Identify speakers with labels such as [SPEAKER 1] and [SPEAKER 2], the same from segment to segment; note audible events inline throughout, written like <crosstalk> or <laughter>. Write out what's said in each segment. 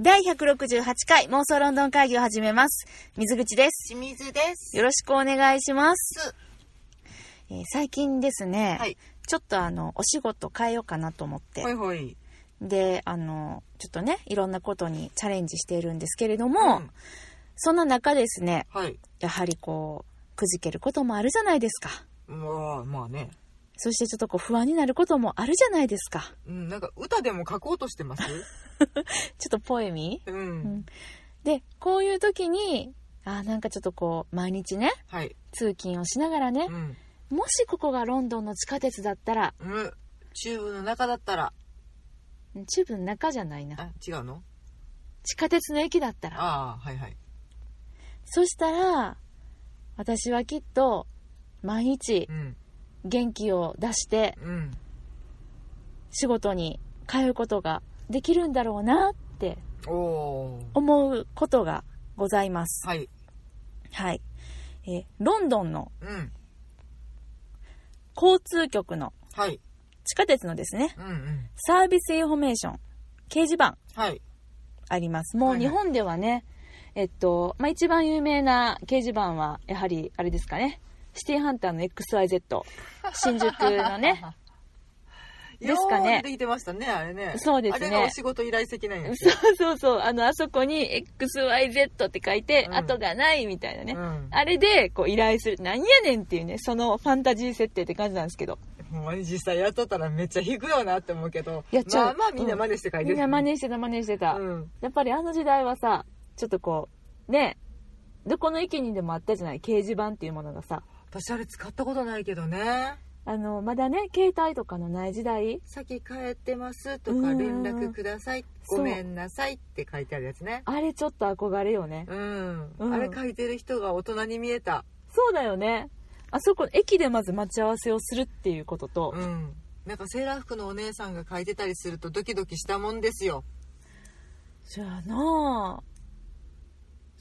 [SPEAKER 1] 第168回妄想ロンドン会議を始めます。水口です。
[SPEAKER 2] 清水です。
[SPEAKER 1] よろしくお願いします。
[SPEAKER 2] す
[SPEAKER 1] えー最近ですね、
[SPEAKER 2] はい。
[SPEAKER 1] ちょっとあの、お仕事変えようかなと思って、
[SPEAKER 2] いはい。
[SPEAKER 1] で、あの、ちょっとね、いろんなことにチャレンジしているんですけれども、
[SPEAKER 2] うん
[SPEAKER 1] そんな中ですね、
[SPEAKER 2] はい。
[SPEAKER 1] やはりこう、くじけることもあるじゃないですか。
[SPEAKER 2] うわーまあね。
[SPEAKER 1] そしてちょっとこう不安になることもあるじゃないですか。
[SPEAKER 2] うん、なんか歌でも書こうとしてます
[SPEAKER 1] <laughs> ちょっとポエミ
[SPEAKER 2] う
[SPEAKER 1] うん
[SPEAKER 2] ん。
[SPEAKER 1] で、こういう時に、あーなんかちょっとこう、毎日ね、
[SPEAKER 2] はい。
[SPEAKER 1] 通勤をしながらね
[SPEAKER 2] う、ん。
[SPEAKER 1] もしここがロンドンの地下鉄だったら、
[SPEAKER 2] うん。チューブの中だったら、
[SPEAKER 1] うんチューブの中じゃないな。
[SPEAKER 2] あ、違うの
[SPEAKER 1] 地下鉄の駅だったら。
[SPEAKER 2] ああ、はいはい。
[SPEAKER 1] そしたら、私はきっと、毎日
[SPEAKER 2] うん。
[SPEAKER 1] 元気を出して
[SPEAKER 2] うん。
[SPEAKER 1] 仕事に通うことができるんだろうなって
[SPEAKER 2] おー。
[SPEAKER 1] 思うことがございます。
[SPEAKER 2] はい。
[SPEAKER 1] はい。えーロンドンの
[SPEAKER 2] うん。
[SPEAKER 1] 交通局の
[SPEAKER 2] はい。
[SPEAKER 1] 地下鉄のですね、
[SPEAKER 2] うんうん。
[SPEAKER 1] サービスインフォメーション、掲示板
[SPEAKER 2] はい。
[SPEAKER 1] あります。も
[SPEAKER 2] は
[SPEAKER 1] う
[SPEAKER 2] いはい
[SPEAKER 1] 日本ではね、えっと、まあ、一番有名な掲示板は、やはり、あれですかね、シティハンターの XYZ、新宿のね、ですかね
[SPEAKER 2] <laughs> よー出てきてましたね、あれね。
[SPEAKER 1] そうですね
[SPEAKER 2] あれがお仕事依頼席なんやつ
[SPEAKER 1] そうそうそう、あの、あそこに XYZ って書いて、
[SPEAKER 2] うん
[SPEAKER 1] 後がないみたいなね。
[SPEAKER 2] うん。
[SPEAKER 1] あれで、こう、依頼する。なんやねんっていうね、そのファンタジー設定って感じなんですけど。
[SPEAKER 2] ほんまに実際やっとったらめっちゃ引くよなって思うけど。
[SPEAKER 1] いやちょ
[SPEAKER 2] まあまあみんな真似して書いて
[SPEAKER 1] みんな真似
[SPEAKER 2] して
[SPEAKER 1] してた、真似してた。
[SPEAKER 2] うん。
[SPEAKER 1] やっぱりあの時代はさ、ちょっとこう、ね、どこの駅にでもあったじゃない、掲示板っていうものがさ、
[SPEAKER 2] 私あれ使ったことないけどね。
[SPEAKER 1] あの、まだね、携帯とかのない時代、
[SPEAKER 2] 先帰ってますと
[SPEAKER 1] う
[SPEAKER 2] か
[SPEAKER 1] ん
[SPEAKER 2] 連絡ください
[SPEAKER 1] そう
[SPEAKER 2] ごめんなさいって書いてあるやつね
[SPEAKER 1] あれちょっと憧れよね。
[SPEAKER 2] うん、
[SPEAKER 1] うん
[SPEAKER 2] あれ書いてる人が大人に見えた
[SPEAKER 1] そうだよね。あそこ、駅でまず待ち合わせをするっていうことと
[SPEAKER 2] う、んなんかセーラー服のお姉さんが書いてたりするとドキドキしたもんですよ
[SPEAKER 1] じゃあなあ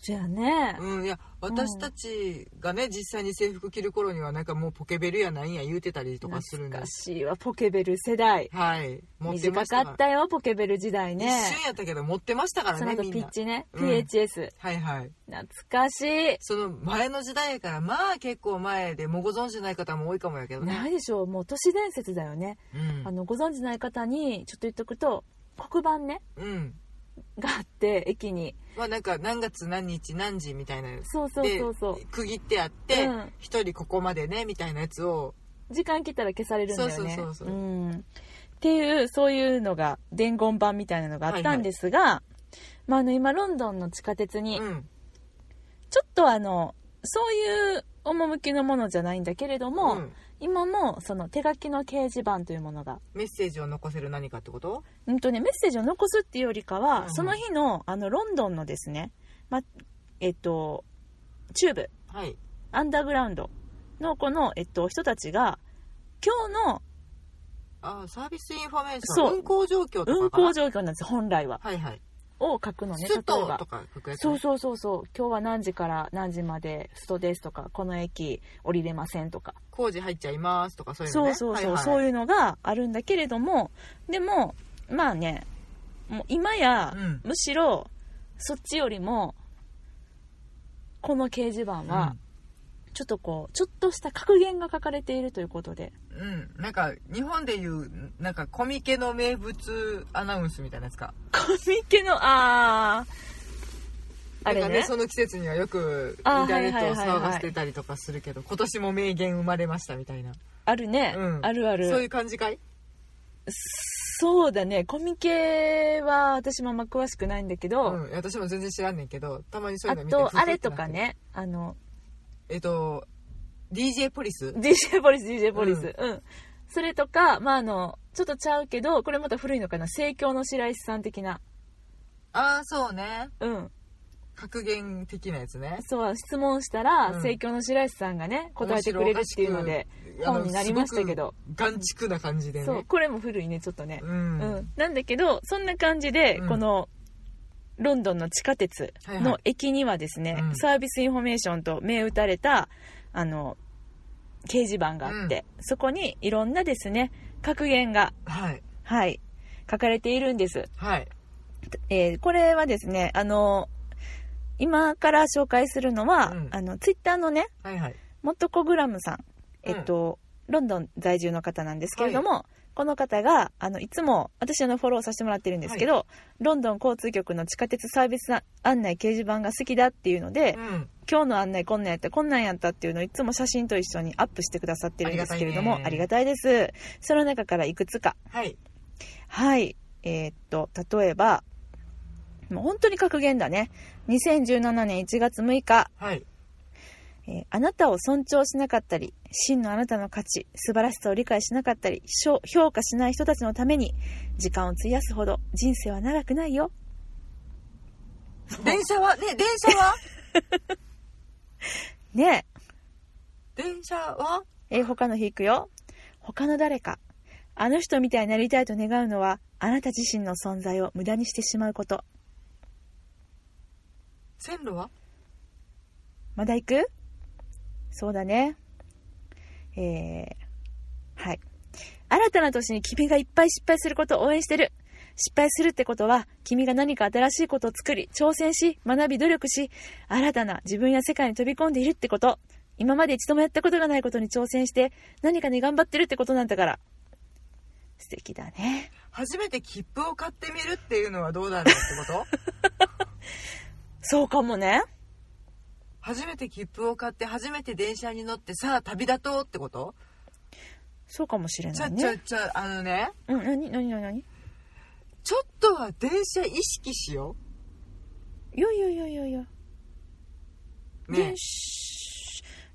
[SPEAKER 1] じゃあね、
[SPEAKER 2] うんいや私たちがね実際に制服着る頃にはなんかもうポケベルやなんや言うてたりとかするん
[SPEAKER 1] 懐
[SPEAKER 2] で
[SPEAKER 1] か
[SPEAKER 2] す
[SPEAKER 1] しいわ、ポケベル世代。
[SPEAKER 2] はい持ってま
[SPEAKER 1] 短
[SPEAKER 2] し
[SPEAKER 1] か
[SPEAKER 2] た
[SPEAKER 1] ったよ、ポケベル時代
[SPEAKER 2] 一
[SPEAKER 1] ね。
[SPEAKER 2] 瞬やったけど持ってましたから
[SPEAKER 1] その
[SPEAKER 2] ね
[SPEAKER 1] 後
[SPEAKER 2] みん
[SPEAKER 1] ピ
[SPEAKER 2] な
[SPEAKER 1] ッチね、
[SPEAKER 2] うん
[SPEAKER 1] PHS。
[SPEAKER 2] はいはい
[SPEAKER 1] 懐かしい。
[SPEAKER 2] その前の時代やからまあ結構前でもうご存知ない方も多いかもやけどね
[SPEAKER 1] ないでしょう、もう都市伝説だよね。
[SPEAKER 2] うん
[SPEAKER 1] あの、ご存知ない方に、ちょっと言っとくと、黒板ね、
[SPEAKER 2] うん
[SPEAKER 1] があって、駅に。
[SPEAKER 2] まあなんか何月何日何時みたいなやつ
[SPEAKER 1] そうそうそうそう。
[SPEAKER 2] で区切ってあって
[SPEAKER 1] うん
[SPEAKER 2] 一、人ここまでねみたいなやつを
[SPEAKER 1] 時間切ったら消されるんだよね、
[SPEAKER 2] そうそうそうそうん
[SPEAKER 1] っていうそういうのが伝言版みたいなのがあったんですが、まあ、あの今ロンドンの地下鉄
[SPEAKER 2] う
[SPEAKER 1] に
[SPEAKER 2] ん
[SPEAKER 1] ちょっとあのそういう趣のものじゃないんだけれども、
[SPEAKER 2] うん
[SPEAKER 1] 今もその手書きの掲示板というものが
[SPEAKER 2] メッセージを残せる何かってこと
[SPEAKER 1] うんとねメッセージを残すっていうよりかは、
[SPEAKER 2] うん
[SPEAKER 1] その日のあのロンドンのですね、まえっと、チューブ
[SPEAKER 2] はい
[SPEAKER 1] アンダーグラウンドのこの、えっと、人たちが今日の
[SPEAKER 2] あサービスインフォメーショ
[SPEAKER 1] そう
[SPEAKER 2] ン運行状況とか
[SPEAKER 1] 運
[SPEAKER 2] かな
[SPEAKER 1] 行状況なんです本来は。
[SPEAKER 2] はいはい
[SPEAKER 1] を書くのね例
[SPEAKER 2] ス
[SPEAKER 1] え
[SPEAKER 2] ト
[SPEAKER 1] ば
[SPEAKER 2] とか書くやつ
[SPEAKER 1] そうそうそうそう今日は何時から何時までストですとかこの駅降りれませんとか
[SPEAKER 2] 工事入っちゃいますとかそういうの
[SPEAKER 1] そうそうそう、
[SPEAKER 2] ねはいはい、
[SPEAKER 1] そう
[SPEAKER 2] う
[SPEAKER 1] いうのがあるんだけれどもでもまあねもう今や、
[SPEAKER 2] うん
[SPEAKER 1] むしろそっちよりもこの掲示板は、ちょっとこうちょっとした格言が書かれているということで <laughs>
[SPEAKER 2] うん、なんか日本でいうなんかコミケの名物アナウンスみたいなやつか
[SPEAKER 1] コミケのあーあれ
[SPEAKER 2] なん
[SPEAKER 1] ね
[SPEAKER 2] かその季節にはよくインタ
[SPEAKER 1] あ
[SPEAKER 2] ーネットを
[SPEAKER 1] はいはいはいはい
[SPEAKER 2] 騒がせてたりとかするけど今年も名言生まれましたみたいな
[SPEAKER 1] あるね、
[SPEAKER 2] うん
[SPEAKER 1] あるある
[SPEAKER 2] そういう感じかい
[SPEAKER 1] そうだねコミケは私もあんま詳しくないんだけど、
[SPEAKER 2] うん、私も全然知らんねんけどたまにそうい
[SPEAKER 1] あ
[SPEAKER 2] うの見てふ
[SPEAKER 1] と
[SPEAKER 2] ふっ
[SPEAKER 1] あ
[SPEAKER 2] てな
[SPEAKER 1] れ
[SPEAKER 2] って
[SPEAKER 1] とかねあの
[SPEAKER 2] えっと DJ ポリス
[SPEAKER 1] DJ ポリス DJ ポリ
[SPEAKER 2] う
[SPEAKER 1] スうん、それとかまああのちょっとちゃうけどこれまた古いのかな盛況の白石さん的な
[SPEAKER 2] ああそうね
[SPEAKER 1] うん
[SPEAKER 2] 格言的なやつね
[SPEAKER 1] そう質問したら、
[SPEAKER 2] うん
[SPEAKER 1] 盛況の白石さんがね答えてくれるっていうので
[SPEAKER 2] 面白おかしくあの
[SPEAKER 1] 本になりましたけど
[SPEAKER 2] すごく眼畜な感じでね
[SPEAKER 1] そうこれも古いねちょっとね、
[SPEAKER 2] う、
[SPEAKER 1] うんんなんだけどそんな感じで、
[SPEAKER 2] うん
[SPEAKER 1] このロンドンの地下鉄の駅にはですね、
[SPEAKER 2] はいはいうん
[SPEAKER 1] サービスインフォメーションと銘打たれたあの掲示板があって、そこにいろんなですね格言が
[SPEAKER 2] はい
[SPEAKER 1] はい書かれているんです
[SPEAKER 2] はい
[SPEAKER 1] えーこれはですね、あの、今から紹介するのは、
[SPEAKER 2] うん
[SPEAKER 1] あの、ツイッターのね、
[SPEAKER 2] はいはい
[SPEAKER 1] モットコグラムさん、えっと、ロンドン在住の方なんですけれども、この方が、あの、いつも私のフォローさせてもらってるんですけど、ロンドン交通局の地下鉄サービス案内掲示板が好きだっていうので、
[SPEAKER 2] うん
[SPEAKER 1] 今日の案内こんなんやった、こんなんやったっていうのをいつも写真と一緒にアップしてくださってるんですけれども、
[SPEAKER 2] あ
[SPEAKER 1] あ
[SPEAKER 2] り
[SPEAKER 1] り
[SPEAKER 2] が
[SPEAKER 1] がたいです。その中からいくつか。
[SPEAKER 2] はい
[SPEAKER 1] はい。えーっと、例えば、もう本当に格言だね。2017年1月6日、
[SPEAKER 2] はい
[SPEAKER 1] えーあなたを尊重しなかったり、真のあなたの価値、素晴らしさを理解しなかったり、しょ評価しない人たちのために、時間を費やすほど人生は長くないよ。
[SPEAKER 2] 電車はね電車は <laughs>
[SPEAKER 1] ね
[SPEAKER 2] 電車は
[SPEAKER 1] え、えー他の日行くよ。他の誰か、あの人みたいになりたいと願うのは、あなた自身の存在を無駄にしてしまうこと。
[SPEAKER 2] 線路は
[SPEAKER 1] まだ行くそうだね。えー、はい。新たな年に君がいっぱい失敗することを応援してる。失敗するってことは、君が何か新しいことを作り、挑戦し、学び、努力し、新たな自分や世界に飛び込んでいるってこと。今まで一度もやったことがないことに挑戦して、何かに頑張ってるってことなんだから。素敵だね。
[SPEAKER 2] 初めて切符を買ってみるっていうのはどうだろうってこと
[SPEAKER 1] <laughs> そうかもね。
[SPEAKER 2] 初めて切符を買って初めて電車に乗ってさあ旅立とうってこと
[SPEAKER 1] そうかもしれ
[SPEAKER 2] ち
[SPEAKER 1] な
[SPEAKER 2] ゃ
[SPEAKER 1] い
[SPEAKER 2] ちゃ
[SPEAKER 1] ね。
[SPEAKER 2] ちゃあのね
[SPEAKER 1] うん、なになになになに
[SPEAKER 2] ちょっとは電車意識しよ
[SPEAKER 1] いやいやいやいやいや。
[SPEAKER 2] う
[SPEAKER 1] 電
[SPEAKER 2] ね
[SPEAKER 1] 車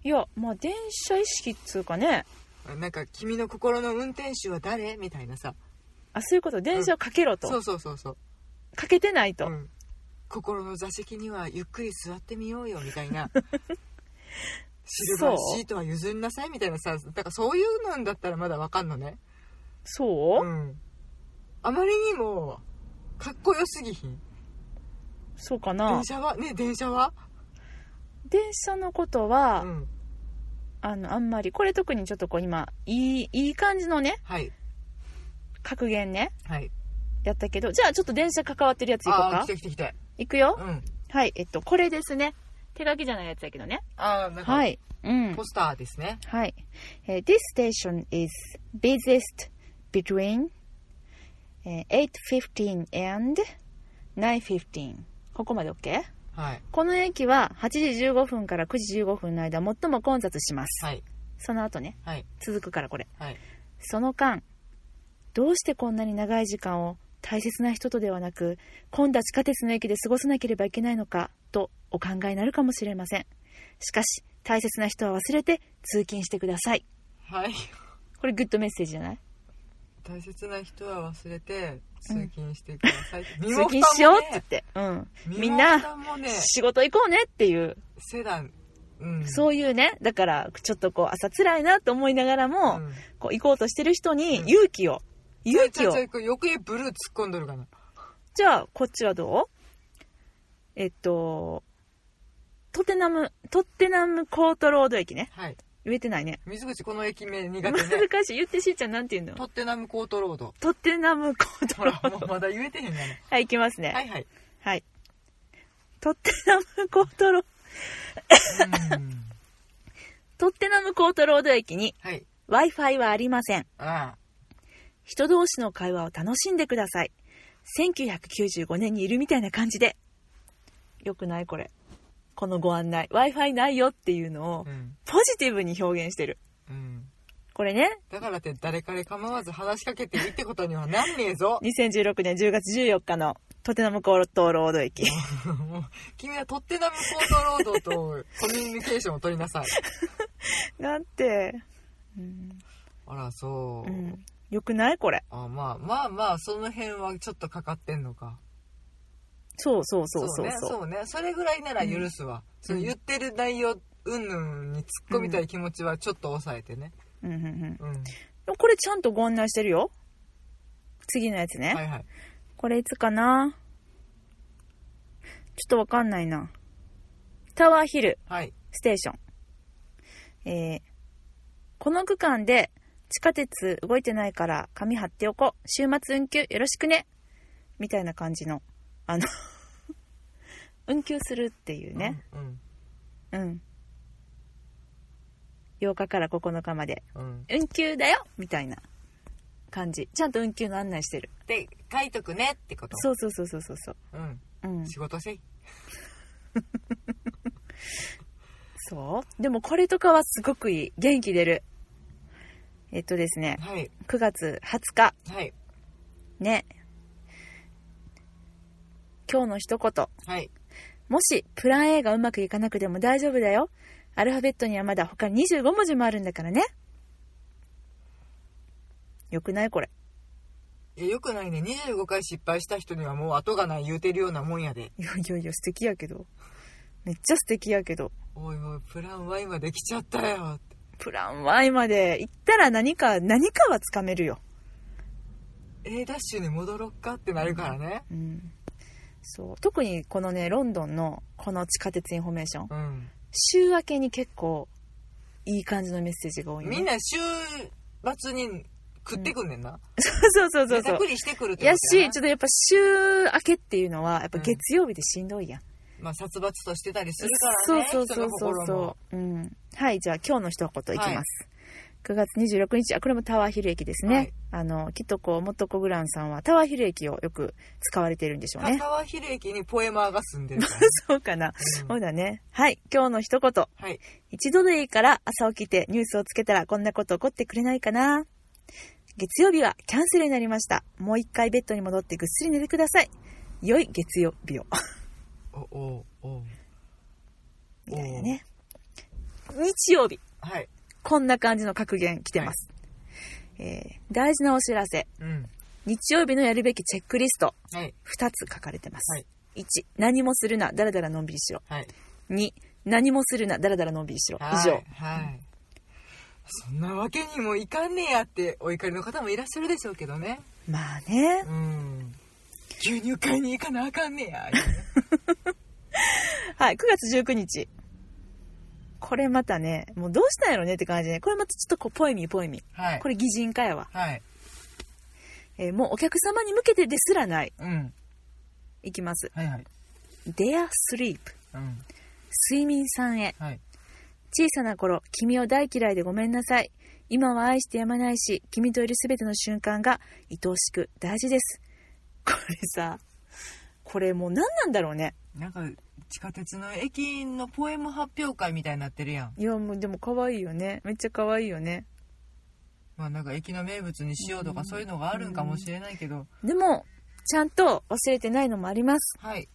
[SPEAKER 1] いやまあ電車意識っつうかね
[SPEAKER 2] なんか君の心の運転手は誰みたいなさ
[SPEAKER 1] あそういうこと電車をかけろと、
[SPEAKER 2] そうそうそうそう
[SPEAKER 1] かけてないと、
[SPEAKER 2] うん、心の座席にはゆっくり座ってみようよみた
[SPEAKER 1] <laughs>
[SPEAKER 2] いなシルバーシートは譲りなさいみたいなさだからそういうのだったらまだわかんのね
[SPEAKER 1] そう、
[SPEAKER 2] うんあまりにもかっこよすぎひん
[SPEAKER 1] そうかな
[SPEAKER 2] 電車はね電車は
[SPEAKER 1] 電車のことは、
[SPEAKER 2] うん
[SPEAKER 1] あのあんまりこれ特にちょっとこう今いいいい感じのね
[SPEAKER 2] はい
[SPEAKER 1] 格言ね
[SPEAKER 2] はい
[SPEAKER 1] やったけどじゃあちょっと電車関わってるやついこう
[SPEAKER 2] ああ
[SPEAKER 1] か
[SPEAKER 2] ー来て来て来て
[SPEAKER 1] いくよ
[SPEAKER 2] うん
[SPEAKER 1] はいえっとこれですね手書きじゃないやつやけどね
[SPEAKER 2] ああなんか
[SPEAKER 1] はいうん
[SPEAKER 2] ポスターですね、
[SPEAKER 1] はい。えー This station is busiest between えー8.15 and 9.15. ここまで OK?
[SPEAKER 2] はい
[SPEAKER 1] この駅は8時15分から9時15分の間最も混雑します。
[SPEAKER 2] はい
[SPEAKER 1] その後ね、
[SPEAKER 2] はい
[SPEAKER 1] 続くからこれ。
[SPEAKER 2] はい
[SPEAKER 1] その間、どうしてこんなに長い時間を大切な人とではなく、混んだ地下鉄の駅で過ごさなければいけないのかとお考えになるかもしれません。しかし、大切な人は忘れて通勤してください。
[SPEAKER 2] はい
[SPEAKER 1] これグッドメッセージじゃない
[SPEAKER 2] 大切な人は忘れて通勤してください、
[SPEAKER 1] 通
[SPEAKER 2] 身も
[SPEAKER 1] 勤しようっ
[SPEAKER 2] 蓋も
[SPEAKER 1] つ
[SPEAKER 2] ね
[SPEAKER 1] って。うん。み
[SPEAKER 2] み
[SPEAKER 1] ん
[SPEAKER 2] ん
[SPEAKER 1] な、
[SPEAKER 2] なもね
[SPEAKER 1] 仕事行こうねっていう、
[SPEAKER 2] セダン、うん、
[SPEAKER 1] そういうね、だから、ちょっとこう、朝辛いなと思いながら
[SPEAKER 2] う
[SPEAKER 1] も、
[SPEAKER 2] ん
[SPEAKER 1] こう、行こうとしてる人に
[SPEAKER 2] うん
[SPEAKER 1] 勇気を、勇
[SPEAKER 2] ち
[SPEAKER 1] 気
[SPEAKER 2] ょ
[SPEAKER 1] を
[SPEAKER 2] ちょ。ちょ余計ブルー突っ込んどるかな
[SPEAKER 1] じゃあ、こっちはどうえっと、トテナム、トッテナムコートロード駅ね。
[SPEAKER 2] はい
[SPEAKER 1] 言えてないね。
[SPEAKER 2] 水口この駅名苦手
[SPEAKER 1] 難 <laughs>
[SPEAKER 2] ね
[SPEAKER 1] しい。言ってしーちゃんなんて言う
[SPEAKER 2] ト
[SPEAKER 1] の
[SPEAKER 2] ッテナムコートロード
[SPEAKER 1] トッテナムコート
[SPEAKER 2] ほ
[SPEAKER 1] ロ
[SPEAKER 2] ら
[SPEAKER 1] ー
[SPEAKER 2] も
[SPEAKER 1] ド。
[SPEAKER 2] うまだ言えてへんがな
[SPEAKER 1] はい、行きます
[SPEAKER 2] は
[SPEAKER 1] ね。
[SPEAKER 2] いはい
[SPEAKER 1] はい。トッテナムコートロード
[SPEAKER 2] うん
[SPEAKER 1] トッテナムコートロード駅に
[SPEAKER 2] はい
[SPEAKER 1] Wi-Fi はありません。
[SPEAKER 2] あ
[SPEAKER 1] 人同士の会話を楽しんでください。1995年にいるみたいな感じで。よくないこれ。このご案内。Wi-Fi ないよっていうの
[SPEAKER 2] あ
[SPEAKER 1] を
[SPEAKER 2] うん
[SPEAKER 1] ポジティブに表現してる。
[SPEAKER 2] うん
[SPEAKER 1] これね、
[SPEAKER 2] だからって誰かで構わず話しかけていいってことにはなんねえぞ
[SPEAKER 1] 2016年10月14日のトテナムコートロード駅。
[SPEAKER 2] もう君はトッテナムコートロードとコミュニケーションを取りなさい
[SPEAKER 1] なんて、うん、
[SPEAKER 2] あらそ
[SPEAKER 1] う
[SPEAKER 2] う、
[SPEAKER 1] ん。よくないこれ。
[SPEAKER 2] あまあまあまあその辺はちょっとかかってんのか
[SPEAKER 1] そうそうそうそう
[SPEAKER 2] ね
[SPEAKER 1] そう。
[SPEAKER 2] そうねそれぐらいなら許すわ、その言ってる内容うんぬんに突っ込みたい気持ちはちょっと抑えて
[SPEAKER 1] う
[SPEAKER 2] ね、
[SPEAKER 1] んうんうんで
[SPEAKER 2] うん
[SPEAKER 1] もこれちゃんとご案内してるよ。次のやつね。
[SPEAKER 2] はいはい
[SPEAKER 1] これいつかなちょっとわかんないな。タワーヒル
[SPEAKER 2] はい
[SPEAKER 1] ステーション。えー、この区間で地下鉄動いてないから紙貼っておこう。週末運休よろしくね。みたいな感じのあの <laughs> 運休するっていうね、
[SPEAKER 2] うん
[SPEAKER 1] うん、8日から9日まで
[SPEAKER 2] うんうん
[SPEAKER 1] 運休だよみたいな感じちゃんと運休の案内してる
[SPEAKER 2] で書いとくねってこと
[SPEAKER 1] そうそうそうそうそうそう
[SPEAKER 2] うん
[SPEAKER 1] うん
[SPEAKER 2] 仕事せい
[SPEAKER 1] そうでもこれとかはすごくいい元気出るえっとですね
[SPEAKER 2] はい
[SPEAKER 1] 9月20日
[SPEAKER 2] はい
[SPEAKER 1] ね今日の一言
[SPEAKER 2] はい
[SPEAKER 1] もしプラン A がうまくいかなくても大丈夫だよアルファベットにはまだ他25文字もあるんだからねよくないこれ
[SPEAKER 2] いやよくないね25回失敗した人にはもう後がない言うてるようなもんやで
[SPEAKER 1] いやいやいや素敵やけどめっちゃ素敵やけど
[SPEAKER 2] おいおいプラン Y まで来ちゃったよって
[SPEAKER 1] プラン Y まで行ったら何か何かはつかめるよ
[SPEAKER 2] A ダッシュに戻ろっかってなるからね
[SPEAKER 1] うんそう特にこのねロンドンのこの地下鉄インフォメーション
[SPEAKER 2] うん
[SPEAKER 1] 週明けに結構いい感じのメッセージが多いね
[SPEAKER 2] み
[SPEAKER 1] <laughs>
[SPEAKER 2] んな週末に食ってくんねんな、
[SPEAKER 1] そうそうそう
[SPEAKER 2] 手
[SPEAKER 1] そう
[SPEAKER 2] 作りしてくるって
[SPEAKER 1] やし
[SPEAKER 2] ことやな
[SPEAKER 1] ちょっとやっぱ週明けっていうのはやっぱ
[SPEAKER 2] うん
[SPEAKER 1] 月曜日でしんどいやん、
[SPEAKER 2] まあ殺伐としてたりするからね
[SPEAKER 1] そうそうそう
[SPEAKER 2] 人
[SPEAKER 1] そ
[SPEAKER 2] の
[SPEAKER 1] う
[SPEAKER 2] 心も
[SPEAKER 1] そう、うん、はいじゃあ今日の一言いきます、9月26日あこれもタワーヒル駅ですね、
[SPEAKER 2] はい
[SPEAKER 1] あのきっとこうモットコグランさんはタワーヒル駅をよく使われてるんでしょうね
[SPEAKER 2] 片輪秀駅にポエマーが住んでるから、
[SPEAKER 1] そうかな、
[SPEAKER 2] うん
[SPEAKER 1] <laughs> そうだねはい今日の一言
[SPEAKER 2] はい
[SPEAKER 1] 一度でいいから朝起きてニュースをつけたらこんなこと起こってくれないかな月曜日はキャンセルになりましたもう一回ベッドに戻ってぐっすり寝てください良い月曜日を
[SPEAKER 2] おおお
[SPEAKER 1] みたいなね日曜日
[SPEAKER 2] はい
[SPEAKER 1] こんな感じの格言来てます、えー大事なお知らせ
[SPEAKER 2] うん
[SPEAKER 1] 日曜日のやるべきチェックリスト
[SPEAKER 2] はい
[SPEAKER 1] 2つ書かれてます、
[SPEAKER 2] はい
[SPEAKER 1] 1何もするなだらだらのんびりしろ
[SPEAKER 2] はい
[SPEAKER 1] 2何もするなだらだらのんびりしろ
[SPEAKER 2] はい
[SPEAKER 1] 以上
[SPEAKER 2] はいそんなわけにもいかんねやってお怒りの方もいらっしゃるでしょうけどね
[SPEAKER 1] まあね
[SPEAKER 2] うん牛乳買いに行かなあかんねや、いうね
[SPEAKER 1] はい、9月19日。これまたね、もうどうしたんやろねって感じね。これまたちょっとこう、ポエミーポエミー。
[SPEAKER 2] はい
[SPEAKER 1] これ擬人化やわ。
[SPEAKER 2] はい
[SPEAKER 1] えーもうお客様に向けてですらない。
[SPEAKER 2] うん
[SPEAKER 1] いきます。
[SPEAKER 2] はいはい
[SPEAKER 1] Dear Sleep。
[SPEAKER 2] うん
[SPEAKER 1] 睡眠さんへ。
[SPEAKER 2] はい
[SPEAKER 1] 小さな頃、君を大嫌いでごめんなさい。今は愛してやまないし、君といるすべての瞬間が愛おしく大事です。これさ、これもう何なんだろうね。
[SPEAKER 2] なんか地下鉄の駅のポエム発表会みたいになってるやん
[SPEAKER 1] いや、もうでも可愛いよね。めっちゃ可愛いよね。
[SPEAKER 2] まあなんか駅の名物にしようとかそういうのがあるんかもしれないけど、
[SPEAKER 1] でも、ちゃんと忘れてないのもあります。
[SPEAKER 2] はい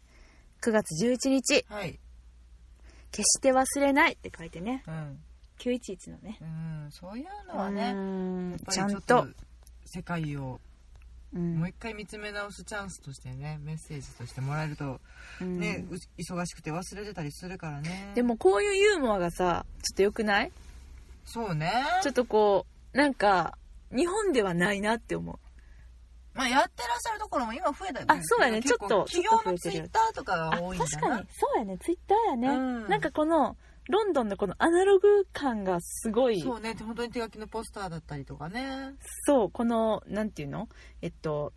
[SPEAKER 1] 9月11日
[SPEAKER 2] はい
[SPEAKER 1] 決して忘れないって書いてね
[SPEAKER 2] うん、
[SPEAKER 1] 911のね
[SPEAKER 2] うん、そういうのはね、
[SPEAKER 1] うーん
[SPEAKER 2] やっぱり
[SPEAKER 1] ちゃ
[SPEAKER 2] ょ
[SPEAKER 1] ん
[SPEAKER 2] っと
[SPEAKER 1] と、
[SPEAKER 2] 世界を
[SPEAKER 1] うん
[SPEAKER 2] もう一回見つめ直すチャンスとしてねメッセージとしてもらえると
[SPEAKER 1] うん
[SPEAKER 2] ね、う忙しくて忘れてたりするからね
[SPEAKER 1] でもこういうユーモアがさちょっと良くない
[SPEAKER 2] そうね
[SPEAKER 1] ちょっとこうなんか日本ではないなって思う
[SPEAKER 2] まあやってらっしゃるところも今増えた
[SPEAKER 1] あそうやね
[SPEAKER 2] 結構
[SPEAKER 1] ちょっと
[SPEAKER 2] 企
[SPEAKER 1] ちょっと増
[SPEAKER 2] 業の
[SPEAKER 1] えて
[SPEAKER 2] ツ
[SPEAKER 1] る
[SPEAKER 2] イ
[SPEAKER 1] よ
[SPEAKER 2] ッターとか
[SPEAKER 1] あ
[SPEAKER 2] が多いんだ
[SPEAKER 1] 確
[SPEAKER 2] な
[SPEAKER 1] かにそうやねツイッターやね、
[SPEAKER 2] うん
[SPEAKER 1] なんかこのロンドンのこのアナログ感がすごい
[SPEAKER 2] そうね本当に手書きのポスターだったりとかね
[SPEAKER 1] そうこのなんていうのえっと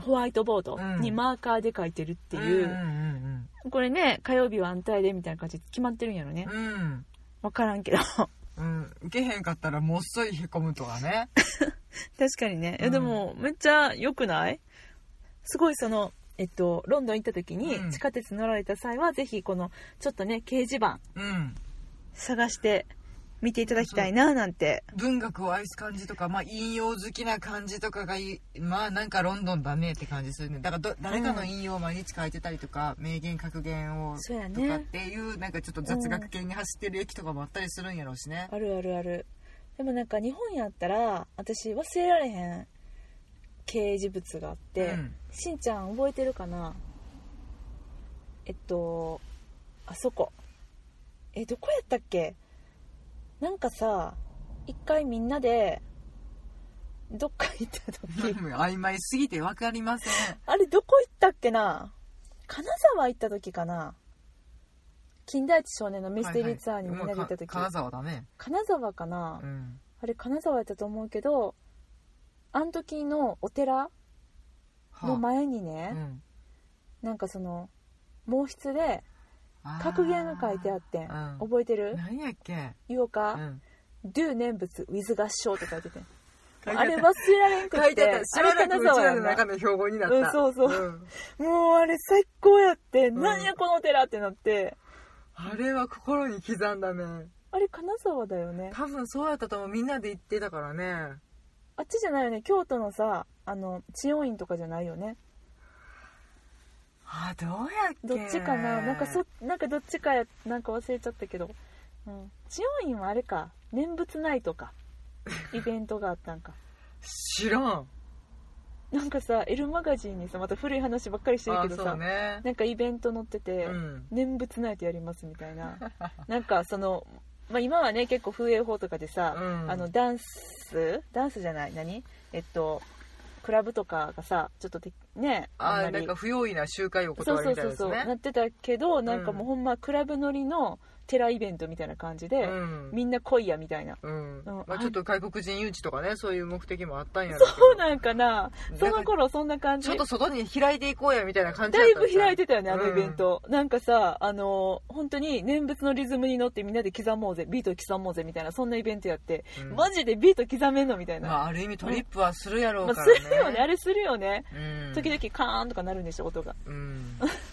[SPEAKER 1] ホワイトボードにマーカーで書いてるってい
[SPEAKER 2] うん
[SPEAKER 1] う、これね火曜日は安泰でみたいな感じで決まってるんやろね、
[SPEAKER 2] うんうんうん
[SPEAKER 1] 分からんけど確
[SPEAKER 2] うん、受けへんかったらもっそりへこむとかね
[SPEAKER 1] かにね、いや
[SPEAKER 2] うん
[SPEAKER 1] でもめっちゃ良くないすごいそのえっとロンドン行った時に
[SPEAKER 2] うん
[SPEAKER 1] 地下鉄乗られた際は、ぜひこのちょっとね掲示板
[SPEAKER 2] うん
[SPEAKER 1] 探して見ていただきたいななんて
[SPEAKER 2] 文学を愛す感じとか、まあ、引用好きな感じとかがいいまあなんかロンドンだねって感じするねだからど誰かの引用を毎日書いてたりとか、名言格言を
[SPEAKER 1] そうや
[SPEAKER 2] とかっ
[SPEAKER 1] ね
[SPEAKER 2] ていうなんかちょっと雑学系に走ってる駅とかもあったりするんやろうしね、
[SPEAKER 1] あるあるあるでもなんか日本やったら私忘れられへん掲示物があって、
[SPEAKER 2] うん
[SPEAKER 1] しんちゃん覚えてるかなえっとあそこえどこやったっけなんかさ一回みんなでどっか行った時
[SPEAKER 2] <laughs> 曖昧すぎて分かりません
[SPEAKER 1] あれどこ行ったっけな金沢行った時かな金田一少年のミステリーツアーにみんなで行った時、
[SPEAKER 2] はいはいもうか金沢だね
[SPEAKER 1] 金沢かな、
[SPEAKER 2] うん
[SPEAKER 1] あれ金沢やったと思うけどあの時のお寺の
[SPEAKER 2] は
[SPEAKER 1] 前にね、
[SPEAKER 2] あうん
[SPEAKER 1] なんかその毛筆で
[SPEAKER 2] あー
[SPEAKER 1] 格言が書いてあってん
[SPEAKER 2] うん
[SPEAKER 1] 覚えてる
[SPEAKER 2] 何やっけ、
[SPEAKER 1] 言おう
[SPEAKER 2] う
[SPEAKER 1] か
[SPEAKER 2] ん
[SPEAKER 1] 「do 念仏 with 合唱」って書いててん
[SPEAKER 2] 書いて
[SPEAKER 1] あ
[SPEAKER 2] あ
[SPEAKER 1] れ
[SPEAKER 2] れ
[SPEAKER 1] 忘れられんく
[SPEAKER 2] 書
[SPEAKER 1] っ
[SPEAKER 2] いて
[SPEAKER 1] て
[SPEAKER 2] あった
[SPEAKER 1] あ
[SPEAKER 2] しば
[SPEAKER 1] れ
[SPEAKER 2] らくう
[SPEAKER 1] 金
[SPEAKER 2] ち
[SPEAKER 1] 沢
[SPEAKER 2] ら
[SPEAKER 1] や
[SPEAKER 2] の
[SPEAKER 1] んな
[SPEAKER 2] 中の標語になった、
[SPEAKER 1] うんそうそうんもうあれ最高やって、
[SPEAKER 2] ん
[SPEAKER 1] なんやこのお寺ってなって
[SPEAKER 2] あれは心に刻んだね
[SPEAKER 1] あれ金沢だよね
[SPEAKER 2] 多分そうやったと思うみんなで行ってたからね
[SPEAKER 1] あっちじゃないよね京都のさあの千代院とかじゃないよね
[SPEAKER 2] あどうやっけ
[SPEAKER 1] どっちかななんかそなんかどっちかやなんか忘れちゃったけど、うん、千代院はあれか念仏ナイト
[SPEAKER 2] <laughs>
[SPEAKER 1] かイベントがあったんか
[SPEAKER 2] 知らん
[SPEAKER 1] なんかさ「L マガジン」にさまた古い話ばっかりしてる
[SPEAKER 2] あ
[SPEAKER 1] けど
[SPEAKER 2] そ
[SPEAKER 1] さ、
[SPEAKER 2] うね
[SPEAKER 1] なんかイベント載ってて、
[SPEAKER 2] うん
[SPEAKER 1] 念仏ナイトやりますみたい
[SPEAKER 2] <laughs>
[SPEAKER 1] ななんかその、まあ、今はね結構風営法とかでさ、
[SPEAKER 2] うん
[SPEAKER 1] あのダンスダンスじゃない何えっとクラブとかがさちょっとでね
[SPEAKER 2] あ
[SPEAKER 1] んま
[SPEAKER 2] なん
[SPEAKER 1] り
[SPEAKER 2] か不用意な集会を
[SPEAKER 1] そ
[SPEAKER 2] 断
[SPEAKER 1] う
[SPEAKER 2] る
[SPEAKER 1] そう
[SPEAKER 2] みたい
[SPEAKER 1] そ
[SPEAKER 2] な
[SPEAKER 1] う
[SPEAKER 2] や
[SPEAKER 1] そ
[SPEAKER 2] つ
[SPEAKER 1] う、な
[SPEAKER 2] ね
[SPEAKER 1] ってたけどなんかもうほんまクラブ乗りの寺イベントみたいな感じで、
[SPEAKER 2] うん
[SPEAKER 1] みんな来いやみたいな
[SPEAKER 2] うん
[SPEAKER 1] うん
[SPEAKER 2] まあ、ちょっと外国人誘致とかねそういう目的もあったんやろけど
[SPEAKER 1] そうなんかな
[SPEAKER 2] なんか
[SPEAKER 1] その頃そんな感じ
[SPEAKER 2] ちょっと外に開いていこうやみたいな感じ
[SPEAKER 1] だいぶ開いてた
[SPEAKER 2] た
[SPEAKER 1] よねあのイベント、なんかさあの本当に念仏のリズムに乗ってみんなで刻もうぜビート刻もうぜみたいなそんなイベントやって、
[SPEAKER 2] うん
[SPEAKER 1] マジでビート刻めんのみたいな、
[SPEAKER 2] まあ、ある意味トリップはするやろ
[SPEAKER 1] ま
[SPEAKER 2] う
[SPEAKER 1] あ
[SPEAKER 2] から
[SPEAKER 1] す
[SPEAKER 2] ね、
[SPEAKER 1] るよねあれするよね、
[SPEAKER 2] うん、
[SPEAKER 1] 時々カーンとかなるんでしょ音が
[SPEAKER 2] うん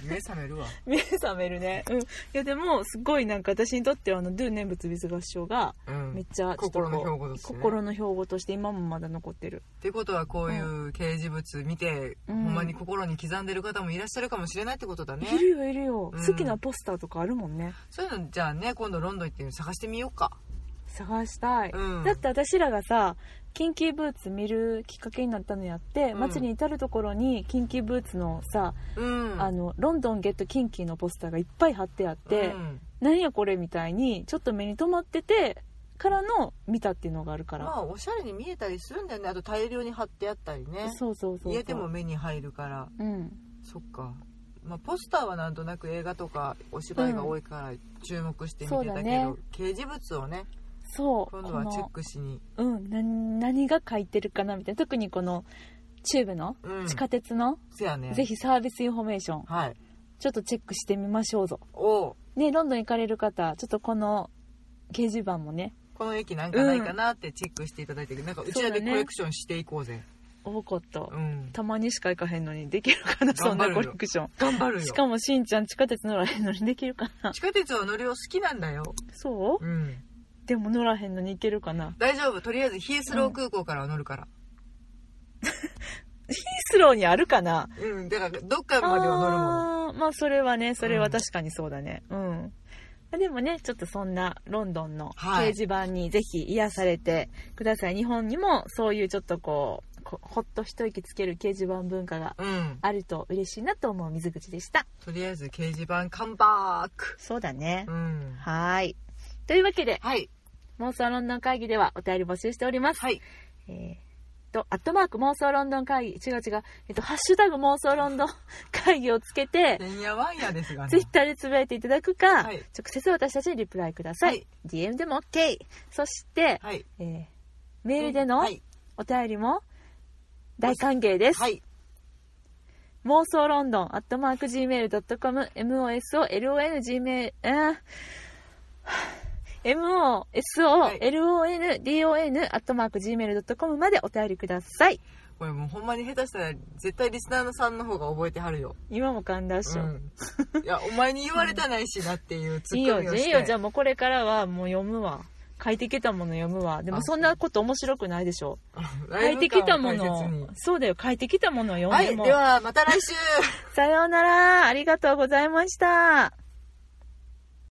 [SPEAKER 2] 目覚めるわ
[SPEAKER 1] 目覚めるねうんいやでもすごいなんか私にとってはあの「ドゥ念仏ビズ合唱」が
[SPEAKER 2] うん
[SPEAKER 1] めっちゃちょっとこう
[SPEAKER 2] 心の標語ですね
[SPEAKER 1] 心の標語として今もまだ残ってる
[SPEAKER 2] ってことはこういう掲示物見て、
[SPEAKER 1] うん
[SPEAKER 2] ほんまに心に刻んでる方もいらっしゃるかもしれないってことだね
[SPEAKER 1] いるよいるよ、
[SPEAKER 2] うん
[SPEAKER 1] 好きなポスターとかあるもんね
[SPEAKER 2] そういうのじゃあね今度ロンドン行って探してみようか
[SPEAKER 1] 探したい、
[SPEAKER 2] うん
[SPEAKER 1] だって私らがさキンキーブーツ見るきっかけになったのやって、
[SPEAKER 2] うん
[SPEAKER 1] 街に至る所にキンキーブーツのさ、
[SPEAKER 2] うん
[SPEAKER 1] あのロンドンゲットキンキーのポスターがいっぱい貼ってあって、
[SPEAKER 2] うん
[SPEAKER 1] 何やこれみたいにちょっと目に留まっててからの見たっていうのがあるから、
[SPEAKER 2] まあおしゃれに見えたりするんだよねあと大量に貼ってあったりね
[SPEAKER 1] そうそうそうそう
[SPEAKER 2] 家でも目に入るから
[SPEAKER 1] うん
[SPEAKER 2] そっかまあ、ポスターはなんとなく映画とかお芝居が多いから注目して見て
[SPEAKER 1] そう
[SPEAKER 2] た
[SPEAKER 1] だ
[SPEAKER 2] けど、
[SPEAKER 1] ね
[SPEAKER 2] 掲示物をね
[SPEAKER 1] そう
[SPEAKER 2] 今度はチェッ
[SPEAKER 1] こ
[SPEAKER 2] クしに、
[SPEAKER 1] の、うん、何何が書いてるかなみたいな特にこのチューブの
[SPEAKER 2] うん、
[SPEAKER 1] 地下鉄の、
[SPEAKER 2] せやね
[SPEAKER 1] ぜひサービスインフォメーション
[SPEAKER 2] はい
[SPEAKER 1] ちょっとチェックしてみましょうぞ
[SPEAKER 2] おう
[SPEAKER 1] ねロンドン行かれる方ちょっとこの掲示板もね
[SPEAKER 2] この駅なんかないかなってチェックしていただいて、なんかうちら
[SPEAKER 1] そ
[SPEAKER 2] で
[SPEAKER 1] うだ
[SPEAKER 2] コ
[SPEAKER 1] ね
[SPEAKER 2] レクションしていこうぜ
[SPEAKER 1] 多かった
[SPEAKER 2] うん
[SPEAKER 1] たまにしか行かへんのにできるかなそん
[SPEAKER 2] 頑張
[SPEAKER 1] な
[SPEAKER 2] るよ
[SPEAKER 1] コレクショ
[SPEAKER 2] 頑張る
[SPEAKER 1] ン
[SPEAKER 2] よ
[SPEAKER 1] しかもしんちゃん地下鉄乗らへんのにできるかな
[SPEAKER 2] 地下鉄は乗りを好きなんだよ
[SPEAKER 1] そううんでも乗らへんのに行けるかな
[SPEAKER 2] 大丈夫とりあえずヒースロー空港からは乗るから
[SPEAKER 1] ヒースローにあるかな
[SPEAKER 2] うん、だからどっか <laughs> までは乗るもん
[SPEAKER 1] あーまあそれはねそれは確かにそうだねうん、まあでもねちょっとそんなロンドンの掲
[SPEAKER 2] はい
[SPEAKER 1] 示板にぜひ癒されてください、日本にもそういうちょっとこうこほっと一息つける掲示板文化が
[SPEAKER 2] うん
[SPEAKER 1] あると嬉しいなと思う水口でした
[SPEAKER 2] とりあえず掲示板カンバック
[SPEAKER 1] そうだね
[SPEAKER 2] うん
[SPEAKER 1] はーいというわけで
[SPEAKER 2] はい
[SPEAKER 1] 妄想ロンドン会議ではお便り募集しております
[SPEAKER 2] はい
[SPEAKER 1] えーっとアットマーク妄想ロンドン会議違う違う、えっと、ハッシュタグ妄想ロンドン会議をつけて
[SPEAKER 2] てんやわんやですがね
[SPEAKER 1] ツイッターでつぶやいていただくか、
[SPEAKER 2] はい
[SPEAKER 1] 直接私たちにリプライください、
[SPEAKER 2] はい
[SPEAKER 1] DM でも OK そして、
[SPEAKER 2] はい
[SPEAKER 1] えーメールでの
[SPEAKER 2] はい
[SPEAKER 1] お便りも大歓迎です、
[SPEAKER 2] はい
[SPEAKER 1] 妄想ロンドンアットマーク Gmail.com MOSOLONGmail えー
[SPEAKER 2] い
[SPEAKER 1] MOSOLONDON アットマーク Gmail.com までお便りください
[SPEAKER 2] これもうほんまに下手したら絶対リスナーのさんの方が覚えてはるよ、
[SPEAKER 1] 今も勘だっしょ、
[SPEAKER 2] うん、いやお前に言われたないしなっていうツ
[SPEAKER 1] いい
[SPEAKER 2] ッ
[SPEAKER 1] よ
[SPEAKER 2] コミをして
[SPEAKER 1] いいよじゃあもうこれからはもう読むわ書いてきたもの読むわでも
[SPEAKER 2] あ
[SPEAKER 1] そんなこと面白くないでしょ書
[SPEAKER 2] ライ
[SPEAKER 1] い
[SPEAKER 2] ブ
[SPEAKER 1] て
[SPEAKER 2] 感
[SPEAKER 1] き
[SPEAKER 2] を
[SPEAKER 1] たも
[SPEAKER 2] 大切に
[SPEAKER 1] のそうだよ書いてきたものを読
[SPEAKER 2] は
[SPEAKER 1] んで
[SPEAKER 2] い
[SPEAKER 1] も、
[SPEAKER 2] ではまた来週
[SPEAKER 1] さようならありがとうございました